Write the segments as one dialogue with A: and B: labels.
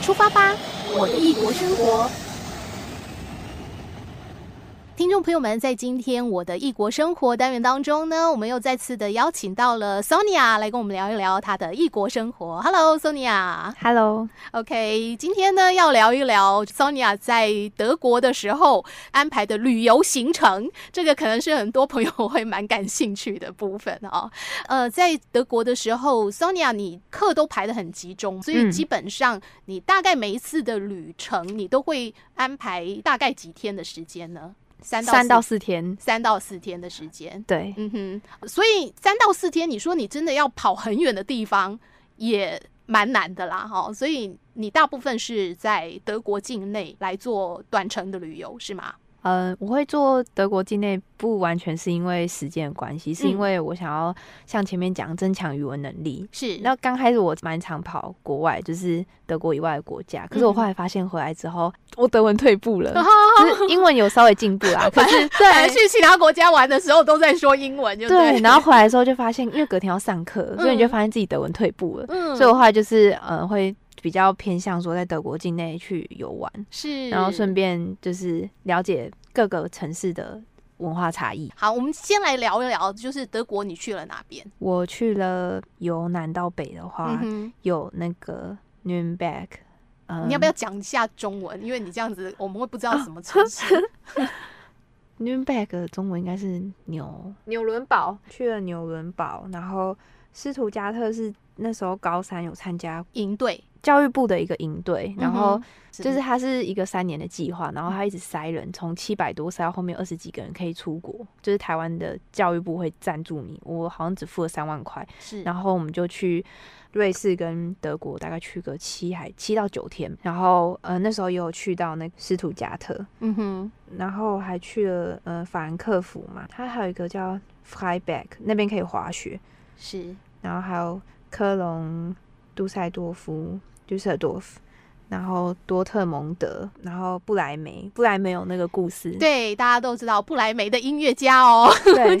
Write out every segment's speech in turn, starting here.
A: 出发吧，我的异国生活。听众朋友们，在今天我的异国生活单元当中呢，我们又再次的邀请到了 Sonia 来跟我们聊一聊她的异国生活。Hello，Sonia。
B: Hello，
A: OK，今天呢要聊一聊 Sonia 在德国的时候安排的旅游行程，这个可能是很多朋友会蛮感兴趣的部分哦。 呃，在德国的时候，Sonia 你课都排得很集中，所以
B: 嗯
A: 基本上你大概每一次的旅程，你都会安排大概几天的时间呢？三到
B: 三到
A: 四
B: 四天，
A: 三到四天的时间。
B: 对，
A: 嗯哼，所以三到四天，你说你真的要跑很远的地方，也蛮难的啦，哈、所以你大部分是在德国境内来做短程的旅游，是吗？
B: 呃，我会做德国境内，不完全是因为时间的关系，是
A: 嗯
B: 因为我想要像前面讲增强语文能力。
A: 是，
B: 那刚开始我蛮常跑国外，就是德国以外的国家，可是我
A: 嗯，
B: 后来发现回来之后，我德文退步了 就是英文有稍微进步啦，可
A: 反
B: 是
A: 正
B: 对。
A: 去其他国家玩的时候都在说英文就
B: 对，
A: 对，
B: 然后回来之后就发现，因为隔天要上课，所以你就
A: 嗯
B: 发现自己德文退步了。
A: 嗯，
B: 所以我后来就是，呃，会比较偏向说在德国境内去游玩。
A: 是，
B: 然后顺便就是了解各个城市的文化差异。
A: 好，我们先来聊一聊，就是德国你去了哪边？
B: 我去了由南到北的话，
A: 嗯哼，
B: 有那个 Nuremberg，嗯，
A: 你要不要讲一下中文？因为你这样子我们会不知道什么城市。
B: Nuremberg 的中文应该是纽纽伦堡，去了纽伦堡，然后斯图加特是那时候高三有参加
A: 营队，
B: 教育部的一个营队，然后
A: 嗯哼
B: 就是它是一个三年的计划，然后它一直塞人，从七百多塞到后面二十几个人可以出国，就是台湾的教育部会赞助你，我好像只付了三万块，
A: 是，
B: 然后我们就去瑞士跟德国，大概去个七还七到九天，然后呃那时候也有去到那个斯图加特，
A: 嗯哼，
B: 然后还去了呃法兰克福嘛，它还有一个叫 Freiberg 那边可以滑雪，
A: 是，
B: 然后还有科隆、杜塞多夫、杜塞多夫，然后多特蒙德，然后布莱梅，布莱梅有那个故事，
A: 对，大家都知道布莱梅的音乐家哦。
B: 对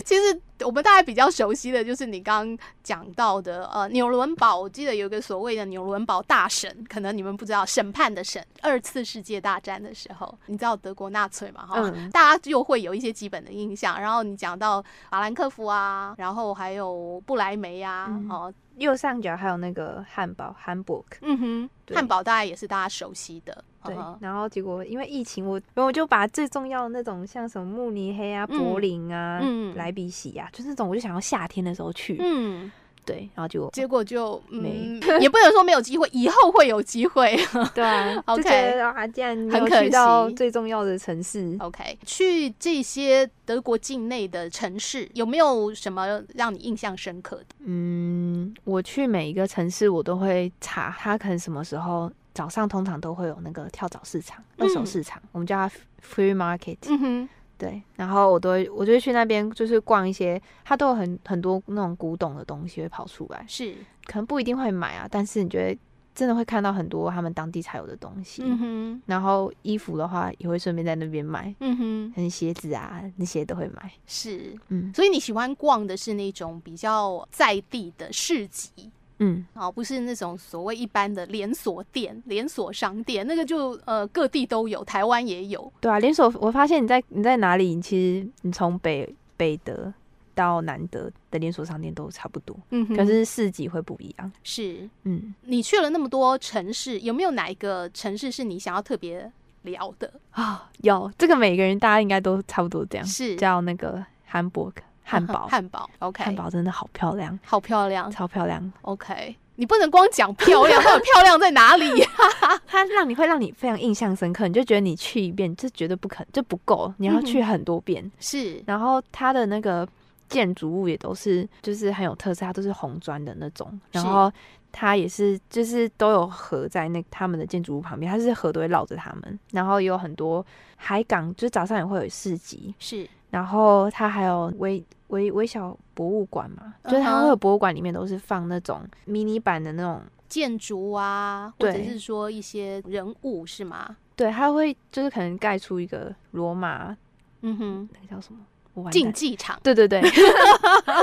A: 其实我们大家比较熟悉的就是你刚刚讲到的，呃，纽伦堡，我记得有一个所谓的纽伦堡大审，可能你们不知道，审判的审，二次世界大战的时候，你知道德国纳粹嘛？哈、
B: 嗯
A: 大家就会有一些基本的印象。然后你讲到法兰克福啊，然后还有布莱梅啊，
B: 嗯
A: 哦，
B: 右上角还有那个汉堡 （Hamburg），
A: 嗯哼，
B: 对
A: 汉堡大概也是大家熟悉的，
B: 对
A: 嗯哼，
B: 然后结果因为疫情我，我就把最重要的那种像什么慕尼黑啊、
A: 嗯
B: 柏林啊、
A: 嗯
B: 莱比锡啊，就那种我就想要夏天的时候去，
A: 嗯，
B: 对，然后结果
A: 结果就嗯
B: 没，
A: 也不能说没有机会，以后会有机会。
B: 对啊，就
A: OK
B: 觉得啊，竟然没
A: 很
B: 有
A: 可
B: 去到
A: 惜哦
B: 最重要的城市，
A: OK，去这些德国境内的城市，有没有什么让你印象深刻的？
B: 嗯，我去每一个城市，我都会查它可能什么时候早上通常都会有那个跳蚤市场、
A: 嗯
B: 二手市场，我们叫它 free market、
A: 嗯哼，
B: 对，然后我都会，我就会去那边就是逛一些，它都有很很多那种古董的东西会跑出来，
A: 是，
B: 可能不一定会买啊，但是你觉得真的会看到很多他们当地才有的东西。
A: 嗯哼，
B: 然后衣服的话也会顺便在那边买，
A: 嗯哼，
B: 像鞋子啊那些都会买。
A: 是。
B: 嗯
A: 所以你喜欢逛的是那种比较在地的市集。
B: 嗯，
A: 啊，不是那种所谓一般的连锁店、连锁商店，那个就呃各地都有，台湾也有。
B: 对啊，连锁我发现你在你在哪里，其实你从北北德到南德的连锁商店都差不多，
A: 嗯哼
B: 可是市集会不一样。
A: 是
B: 嗯
A: 你去了那么多城市，有没有哪一个城市是你想要特别聊的？
B: 啊、有这个每个人大家应该都差不多这样，
A: 是
B: 叫那个汉堡 汉堡
A: 汉堡，OK，
B: 汉堡真的好漂亮，
A: 好漂亮，
B: 超漂亮，
A: OK，你不能光讲漂亮， 到底漂亮在哪里？
B: 它让你会让你非常印象深刻，你就觉得你去一遍这绝对不可这不够，你要
A: 嗯
B: 去很多遍。
A: 是，
B: 然后它的那个建筑物也都是就是很有特色，它都是红砖的那种，然
A: 是
B: 后它也是就是都有河在那他们的建筑物旁边，它是河都会绕着他们，然后也有很多海港，就是早上也会有市集，
A: 是，
B: 然后它还有微微微小博物馆嘛，就是
A: 嗯
B: 它
A: 哼
B: 会有博物馆里面都是放那种迷你版的那种。
A: 建筑啊，或者
B: 对
A: 是说一些人物是吗？
B: 对，它会就是可能盖出一个罗马
A: 嗯哼，
B: 那个叫什么？我完
A: 竞
B: 蛋。
A: 技场，
B: 对 对对，
A: 它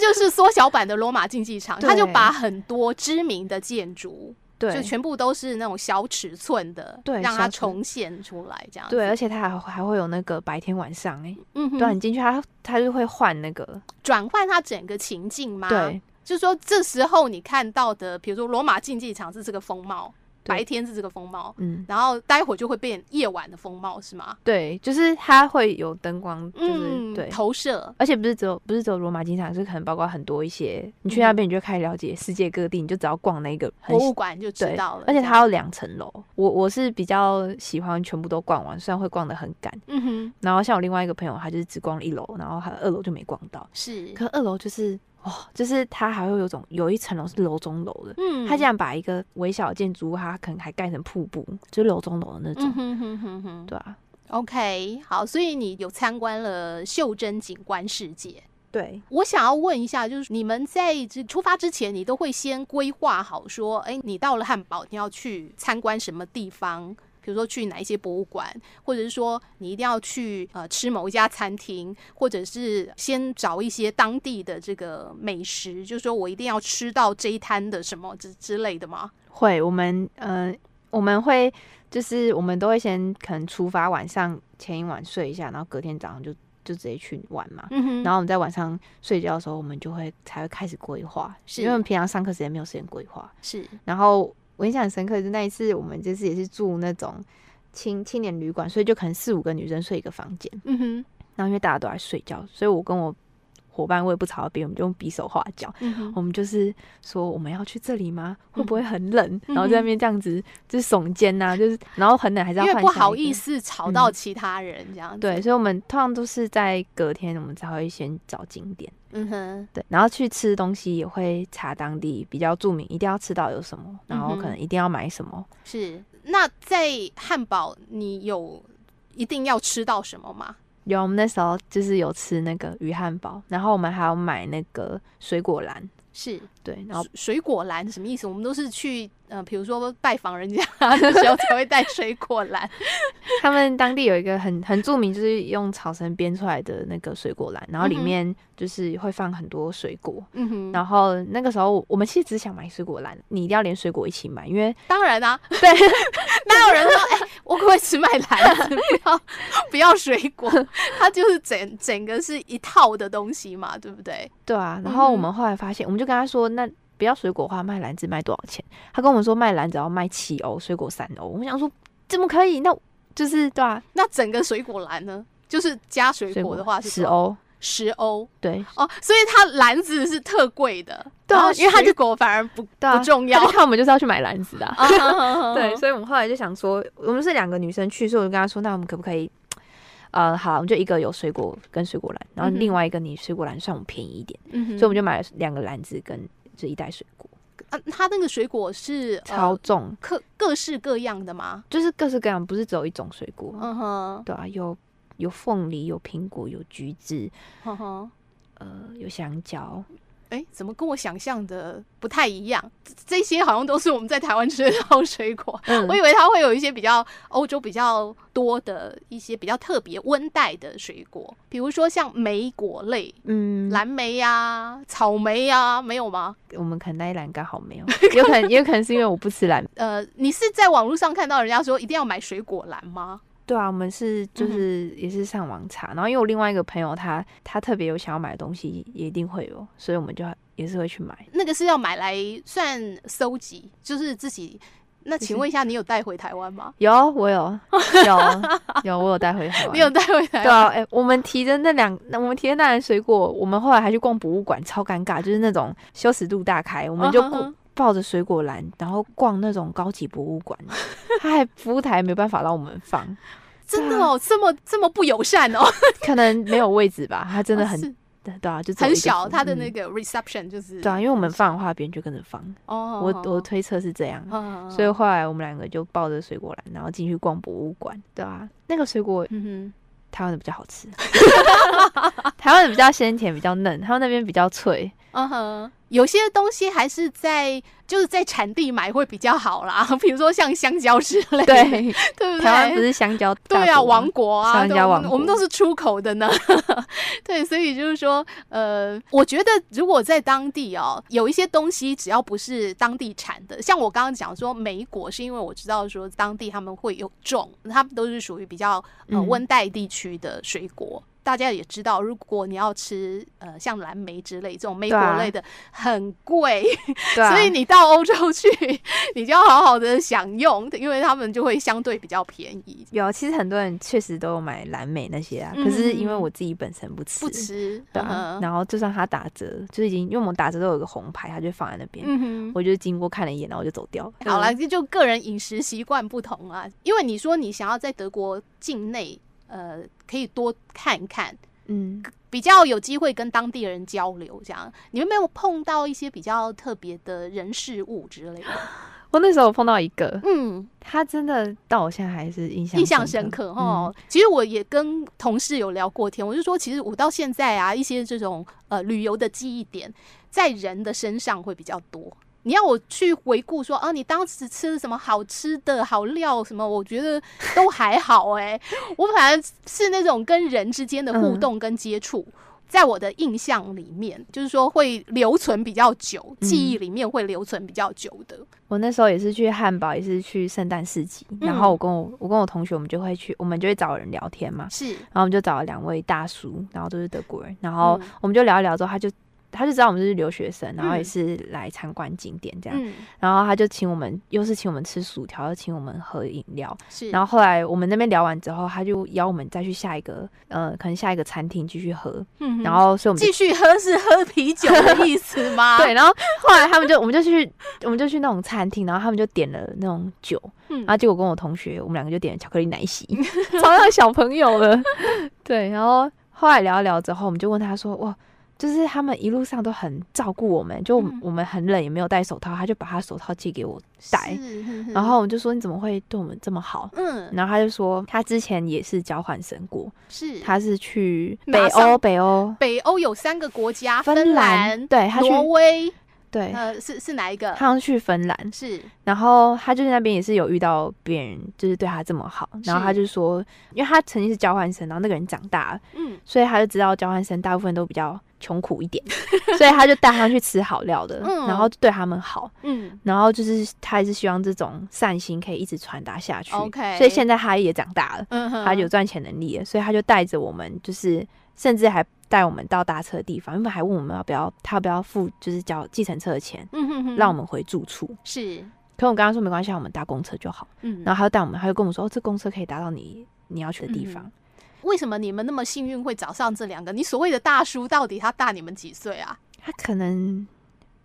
A: 就是缩小版的罗马竞技场，它就
B: 对
A: 把很多知名的建筑
B: 对，
A: 就全部都是那种小尺寸的，
B: 对
A: 让它
B: 小尺
A: 重现出来这样子。
B: 对，而且它还还会有那个白天晚上哎、
A: 嗯
B: 对啊，
A: 哼，
B: 你进去它它就会换那个，
A: 转换它整个情境吗？
B: 对，
A: 就是说这时候你看到的，比如说罗马竞技场是这个风貌，
B: 对
A: 白天是这个风貌，
B: 嗯，
A: 然后待会儿就会变夜晚的风貌，是吗？
B: 对，就是它会有灯光，就是、
A: 嗯，
B: 对。
A: 投射。
B: 而且不是只有不是只有罗马机场，是可能包括很多一些，你去那边你就开始了解世界各地，你就只要逛那个
A: 嗯
B: 很
A: 博物馆就知
B: 对
A: 道了，
B: 而且
A: 这
B: 它
A: 样，
B: 有两层楼。我我是比较喜欢全部都逛完，虽然会逛得很赶。
A: 嗯哼，
B: 然后像我另外一个朋友，他就是只逛了一楼，然后他二楼就没逛到。
A: 是，
B: 可二楼就是哇、就是它还会有种有一层楼是楼中楼的，
A: 嗯，
B: 他竟然把一个微小的建筑物，它可能还盖成瀑布，就是楼中楼的那种。
A: 嗯哼哼哼哼
B: 对啊，
A: ，OK，好，所以你有参观了袖珍景观世界。
B: 对，
A: 我想要问一下，就是你们在这出发之前，你都会先规划好说，哎，你到了汉堡，你要去参观什么地方？比如说去哪一些博物馆，或者是说你一定要去呃吃某一家餐厅，或者是先找一些当地的这个美食，就是说我一定要吃到这一摊的什么之之类的吗？
B: 会，我们呃，我们会就是我们都会先可能出发，晚上前一晚睡一下，然后隔天早上就就直接去玩嘛。
A: 嗯哼
B: 然后我们在晚上睡觉的时候，我们就会才会开始规划，
A: 是
B: 因为我们平常上课时间没有时间规划。
A: 是
B: 然后我印象很深刻是那一次，我们就是也是住那种青青年旅馆，所以就可能四五个女生睡一个房间。
A: 嗯哼，
B: 然后因为大家都在睡觉，所以我跟我伙伴我也不吵别人，我们就用匕首画脚。
A: 嗯哼，
B: 我们就是说我们要去这里吗？会不会很冷？然后
A: 嗯
B: 在那边这样子就是耸肩呐、就是然后很冷还是要
A: 因为
B: 换
A: 不
B: 下
A: 好
B: 一个嗯
A: 意。思吵到其他人这样子。
B: 对，，所以我们通常都是在隔天，我们才会先找景点，
A: 嗯哼，
B: 对，然后去吃东西也会查当地比较著名，一定要吃到有什么，然
A: 嗯
B: 后
A: 哼
B: 可能一定要买什么。
A: 是。那在汉堡，你有一定要吃到什么吗？
B: 有我们那时候就是有吃那个鱼汉堡，然后我们还有买那个水果篮，
A: 是
B: 对，然后
A: 水水果篮什么意思？我们都是去呃，比如说拜访人家的时候才会带水果篮。
B: 他们当地有一个很很著名，就是用草绳编出来的那个水果篮，然后里
A: 嗯哼
B: 面就是会放很多水果。
A: 嗯哼，
B: 然后那个时候我们其实只想买水果篮，你一定要连水果一起买，因为
A: 当然啊，对， 哪有人说哎、我可不可以只买篮子，不要 不要水果？它就是整整个是一套的东西嘛，对不对？
B: 对啊。然
A: 嗯
B: 后
A: 哼
B: 我们后来发现，我们就跟他说，那不要水果的话，卖篮子卖多少钱？他跟我们说卖篮子要卖七欧，水果三欧。我们想说怎么可以？那就是对啊，
A: 那整个水果篮呢，就是加水
B: 水
A: 果的话是
B: 十
A: 多少，
B: 欧，
A: 十欧。
B: 对
A: 哦，所以它篮子是特贵的，
B: 对啊
A: 然后
B: 因为它
A: 水果反而不
B: 对啊，
A: 不重
B: 他
A: 要
B: 就。看我们就是要去买篮子的啊、 嗯对，
A: 对，
B: 所以我们后来就想说，我们是两个女生去，所以我就跟她说，那我们可不可以，呃，好，我们就一个有水果跟水果篮，然后
A: 嗯哼
B: 另外一个你水果篮算我们便宜一点，
A: 嗯
B: 所以
A: 哼
B: 我们就买了两个篮子跟这一袋水果，
A: 啊，它那个水果是
B: 超
A: 呃
B: 重，
A: 各各式各样的吗？
B: 就是各式各样，不是只有一种水果，
A: 嗯哼，
B: 对啊，有有凤梨，有苹果，有橘子，
A: 嗯哼。
B: 呃，有香蕉，
A: 哎，怎么跟我想象的不太一样？这这些好像都是我们在台湾吃得到的水果，
B: 嗯
A: 我以为它会有一些比较欧洲比较多的一些比较特别温带的水果，比如说像莓果类，
B: 嗯，
A: 蓝莓呀、草莓呀、没有吗？
B: 我们可能那一篮刚好没有，有 可能也有可能是因为我不吃蓝，
A: 呃，你是在网络上看到人家说一定要买水果篮吗？
B: 对啊，我们是就
A: 嗯哼
B: 是也是上网查，然后因为我另外一个朋友他他特别有想要买的东西，也一定会有，所以我们就也是会去买。
A: 那个是要买来算收集，就是自己。那
B: 就是
A: 请问一下，你有带回台湾吗？
B: 有，我有有有，我有带回台 湾。
A: 你有带回台
B: 嗯对
A: 湾？
B: 啊，哎、我们提着那两，那我们提着那篮水果，我们后来还去逛博物馆，超尴尬，就是那种羞耻度大开，我们
A: 嗯
B: 就
A: 哼
B: 顾
A: 哼
B: 抱着水果篮，然后逛那种高级博物 馆，他还服务台没办法让我们放，
A: 真的哦，这么这么不友善哦，
B: 可能没有位置吧，他真的 很
A: 是
B: 对啊，就只有一
A: 很
B: 个
A: 小，
B: 服务
A: 它的
B: 嗯
A: 那个 reception 就是
B: 对啊，因为我们放的话，别人就跟着放。
A: 哦，嗯
B: 我我推测是这样，
A: 我
B: 所以后来我们两个就抱着水果篮，然后进去逛博物馆。对啊，那个水果
A: 嗯
B: 台湾的比较好吃，台湾的比较鲜甜，比较嫩，他们那边比较脆，
A: 哼，嗯哼，有些东西还是在就是在产地买会比较好啦， 比如说像香蕉之类的，对
B: 对，
A: 不对？
B: 台湾不是香蕉大
A: 对啊，
B: 国吗
A: 王国啊，
B: 商
A: 对
B: 家
A: 我们
B: 王
A: 我们
B: 国
A: 都是出口的呢。 对，所以就是说，呃，我觉得如果在当地哦，有一些东西只要不是当地产的，像我刚刚讲说梅果，是因为我知道说当地他们会有种，他们都是属于比较呃
B: 嗯
A: 温带地区的水果。大家也知道，如果你要吃呃像蓝莓之类这种莓
B: 对
A: 果
B: 啊
A: 类的，很贵，
B: 对啊
A: 所以你到欧洲去， 你就要好好的享用，因为他们就会相对比较便宜。
B: 有，其实很多人确实都有买蓝莓那些啊，
A: 嗯
B: 可是因为我自己本身不吃，
A: 不吃，
B: 对啊
A: 嗯，哼
B: 然后就算它打折，就是已经因为我们打折都有一个红牌，它就放在那边，
A: 嗯哼。
B: 我就经过看了一眼，然后我就走掉。
A: 好了，
B: 嗯，
A: 这就个人饮食习惯不同啊。因为你说你想要在德国境内，呃，可以多看看，
B: 嗯，
A: 比较有机会跟当地人交流，这样你有没有碰到一些比较特别的人事物之类的？
B: 我那时候碰到一个，
A: 嗯，
B: 他真的到我现在还是印象
A: 印象深刻
B: 嗯
A: 哦。其实我也跟同事有聊过天，我就说，其实我到现在啊，一些这种呃旅游的记忆点，在人的身上会比较多。你要我去回顾说啊，你当时吃了什么好吃的好料什么？我觉得都还好哎、我反而是那种跟人之间的互
B: 嗯
A: 动跟接触，在我的印象里面，就是说会留存比较久，记
B: 嗯
A: 忆里面会留存比较久的。
B: 我那时候也是去汉堡，也是去圣诞市集，
A: 嗯
B: 然后我跟我我跟我同学，我们就会去，我们就会找人聊天嘛，
A: 是，
B: 然后我们就找了两位大叔，然后都是德国人，然后
A: 嗯
B: 我们就聊一聊之后，他就他就知道我们是留学生，然后也
A: 嗯
B: 是来参观景点这样，
A: 嗯，
B: 然后他就请我们，又是请我们吃薯条，又请我们喝饮料，
A: 是，
B: 然后后来我们那边聊完之后，他就邀我们再去下一个，呃，可能下一个餐厅继续喝，
A: 嗯哼
B: 然后所以我们就
A: 继续喝是喝啤酒的意思吗？
B: 对，，然后后来他们就我们就去我们就去那种餐厅，然后他们就点了那种酒，
A: 嗯
B: 然后结果跟我同学我们两个就点了巧克力奶昔， 超像小朋友了。 对，然后后来聊一聊之后，我们就问他说：“哇，就是他们一路上都很照顾我们，就我们
A: 嗯
B: 我们很冷也没有戴手套，他就把他手套借给我戴，
A: 是，哼哼
B: 然后我们就说你怎么会对我们这么好？”
A: 嗯，
B: 然后他就说，他之前也是交换生过，
A: 是
B: 他是去
A: 马
B: 北欧，
A: 上
B: 北欧，
A: 北欧有三个国家，
B: 芬
A: 兰、
B: 对，他去，
A: 挪威，
B: 对，
A: 呃，是是哪一
B: 他
A: 个？
B: 好像去芬兰，
A: 是，
B: 然后他就在那边也是有遇到别人，就是对他这么好，然后
A: 是
B: 他就说，因为他曾经是交换生，然后那个人长大了，
A: 嗯，
B: 所以他就知道交换生大部分都比较穷 苦一点，所以他就带他去吃好料的，
A: 嗯
B: 然后对他们好，
A: 嗯
B: 然后就是他也是希望这种善心可以一直传达下去。
A: ，OK，
B: 所以现在他也长大了，
A: 嗯哼，
B: 他有赚钱能力了，所以他就带着我们，就是甚至还带我们到搭车的地方，因为还问我们要不要，他要不要付就是交计程车的钱，
A: 嗯哼哼，
B: 让我们回住处。
A: 是，
B: 可我刚刚说没关系，我们搭公车就好。
A: 嗯，
B: 然后他就带我们，他就跟我们说，哦，这公车可以搭到你你要去的地方。
A: 嗯为什么你们那么幸运会找上这两个？你所谓的大叔到底他大你们几岁啊？
B: 他可能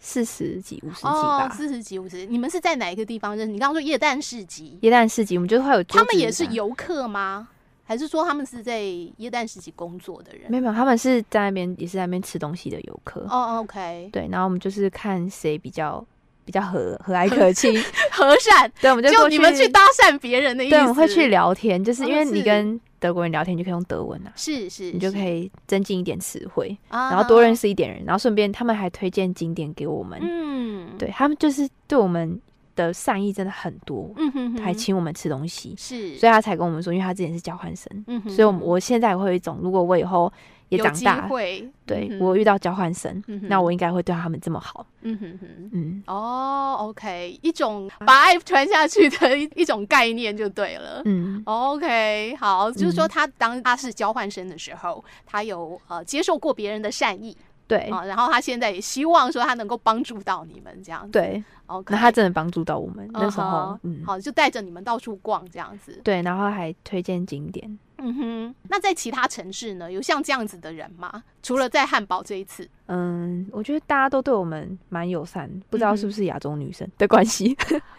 B: 四十几、五十几
A: 哦
B: 吧，。
A: 四十几、五十，你们是在哪一个地方认识？你刚刚说夜旦市集，
B: 耶诞市集，我们就会有
A: 他
B: 桌
A: 们
B: 子
A: 也是
B: 啊，
A: 游客吗？还是说他们是在耶诞市集工作的人？
B: 没有没有，他们是在那边也是在那边吃东西的游客。
A: 哦，OK，
B: 对，然后我们就是看谁比较比较和和蔼可 亲，
A: 和善，
B: 对，我们就
A: 就
B: 过
A: 你们去搭讪别人的意思。
B: 对，我们会去，聊天，就是因
A: 哦
B: 为你
A: 是
B: 跟德国人聊天，你就可以用德文啊，
A: 是是，啊
B: 你就可
A: 是，
B: 以增进一点词汇，
A: 然
B: 然后多认
A: 识。
B: 识一点人，然后顺便他们还推荐景点给我们，
A: 嗯，，
B: 对他们就是对我们的善意真的很多，
A: 嗯哼哼，
B: 还请我们吃东西，
A: 是，
B: 所以他才跟我们说，因为他之前是交换生，
A: 嗯哼
B: 所以我
A: 哼
B: 我现在会有一种，如果我以后也
A: 有
B: 长
A: 机
B: 大，
A: 会，
B: 对
A: 嗯哼
B: 我，遇到交换生，
A: 嗯哼
B: 那我应该会对他们这么好，
A: 嗯哼哼。
B: 嗯，
A: 哦，OK，一种把爱传下去的一一种概念就对了。
B: 嗯，
A: OK，好，就是说
B: 嗯
A: 他当他是交换生的时候，他有呃接受过别人的善意
B: 对
A: 啊、然后他现在也希望说他能够帮助到你们这样子。
B: 对，
A: ，OK，
B: 那他真的帮助到我们，那时
A: 嗯
B: 候
A: 哼，
B: 嗯，
A: 好，就带着你们到处逛这样子。
B: 对，然后还推荐景点。
A: 嗯哼，那在其他城市呢，有像这样子的人吗？除了在汉堡这一次，
B: 嗯，我觉得大家都对我们蛮友善，不知道是
A: 嗯
B: 不是亚洲女生的关系，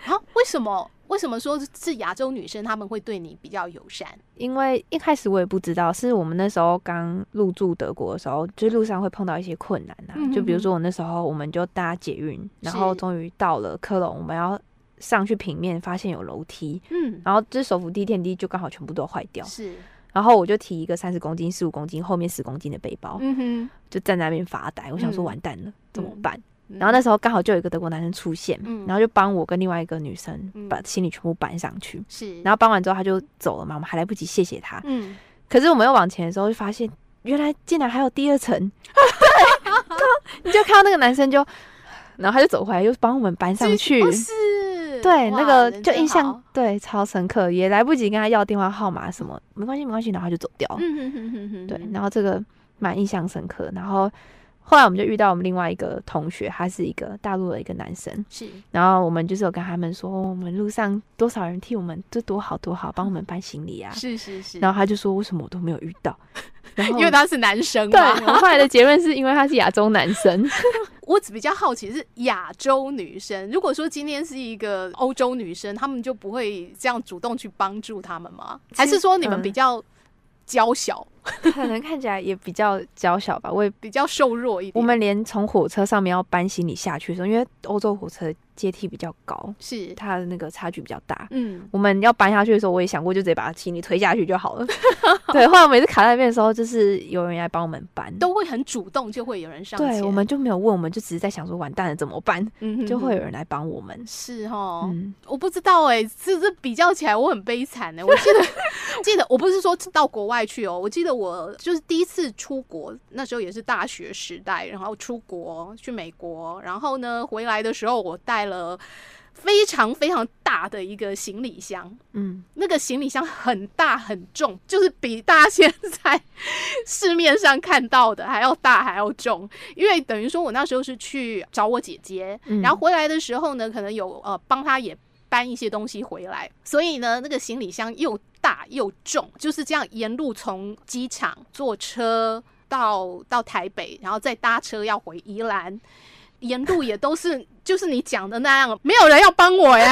A: 啊，为什么？为什么说是亚洲女生她们会对你比较友善？
B: 因为一开始我也不知道，是我们那时候刚入住德国的时候，就路上会碰到一些困难啊，就比如说我那时候我们就搭捷运，然后
A: 嗯是
B: 终于到了科隆，我们要上去平面，发现有楼梯，
A: 嗯，
B: 然后这手扶梯、电梯就刚好全部都坏掉，
A: 是，
B: 然后我就提一个三十公斤、十五公斤，后面十公斤的背包，
A: 嗯哼，
B: 就站在那边发呆。我想说
A: 嗯
B: 完蛋了，怎么
A: 嗯
B: 办？
A: 嗯
B: 然后那时候刚好就有一个德国男生出现，
A: 嗯
B: 然后就帮我跟另外一个女生
A: 嗯
B: 把行李全部搬上去。
A: 是，
B: 然后搬完之后他就走了嘛，我们还来不及谢谢他。
A: 嗯，
B: 可是我们又往前的时候，就发现原来竟然还有第二层。 对，然后你就看到那个男生就，然后他就走回来，又帮我们搬上 去。
A: 哦是，
B: 对，
A: 哇
B: 那个
A: 人
B: 就
A: 真
B: 印
A: 好
B: 象哦对超深刻，也来不及跟他要电话号码什么，没关系没关系，然后他就走掉。
A: 嗯哼哼哼哼，
B: 对，然后这个蛮印象深刻。然后后来我们就遇到我们另外一个同学，他是一个大陆的一个男生，
A: 是，
B: 然后我们就是有跟他们说，哦我们路上多少人替我们，这多好多好，帮我们搬行李啊。
A: 是是是，
B: 然后他就说，为什么我都没有遇到？ 然后
A: 因为他是男生
B: 对，
A: 嘛，
B: 我后来的结论是因为他是亚洲男生，
A: 我只比较好奇是亚洲女生，如果说今天是一个欧洲女生，她们就不会这样主动去帮助她们吗？还是说你们
B: 嗯
A: 比较娇小、
B: 可能看起来也比较娇小吧。我也
A: 比较瘦弱一点？
B: 我们连从火车上面要搬行李下去的时候，因为欧洲火车阶梯比较高，
A: 是，
B: 它的那个差距比较大。
A: 嗯，
B: 我们要搬下去的时候，我也想过就直接把行李推下去就好了。 对，后来我每次卡在那边的时候，就是有人来帮我们搬。
A: 都会很主动，就会有人上前，
B: 对，我们就没有问，我们就只是在想说完蛋了怎么办，
A: 嗯哼
B: 就会有
A: 哼
B: 人来帮我们。
A: 是哦。
B: 嗯，
A: 我不知道哎、这这比较起来，我很悲惨哎、我记得 记得，我不是说到国外去哦，我记得我就是第一次出国，那时候也是大学时代，然后出国去美国，然后呢回来的时候，我带了非常非常大的一个行李箱，
B: 嗯，
A: 那个行李箱很大很重，就是比大家现在市面上看到的还要大还要重。因为等于说我那时候是去找我姐姐，
B: 嗯
A: 然后回来的时候呢，可能有呃帮她也搬一些东西回来，所以呢那个行李箱又大又重，就是这样沿路从机场坐车到到台北，然后再搭车要回宜兰。沿路也都是，就是你讲的那样，没有人要帮我耶。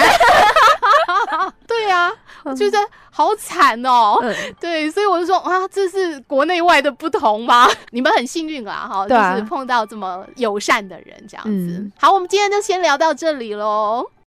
A: 对啊，我觉得好惨哦。
B: 嗯
A: 对，所以我就说啊，这是国内外的不同吗？ 你们很幸运啦，哈，
B: 对啊
A: 就是碰到这么友善的人这样子。
B: 嗯
A: 好，我们今天就先聊到这里喽。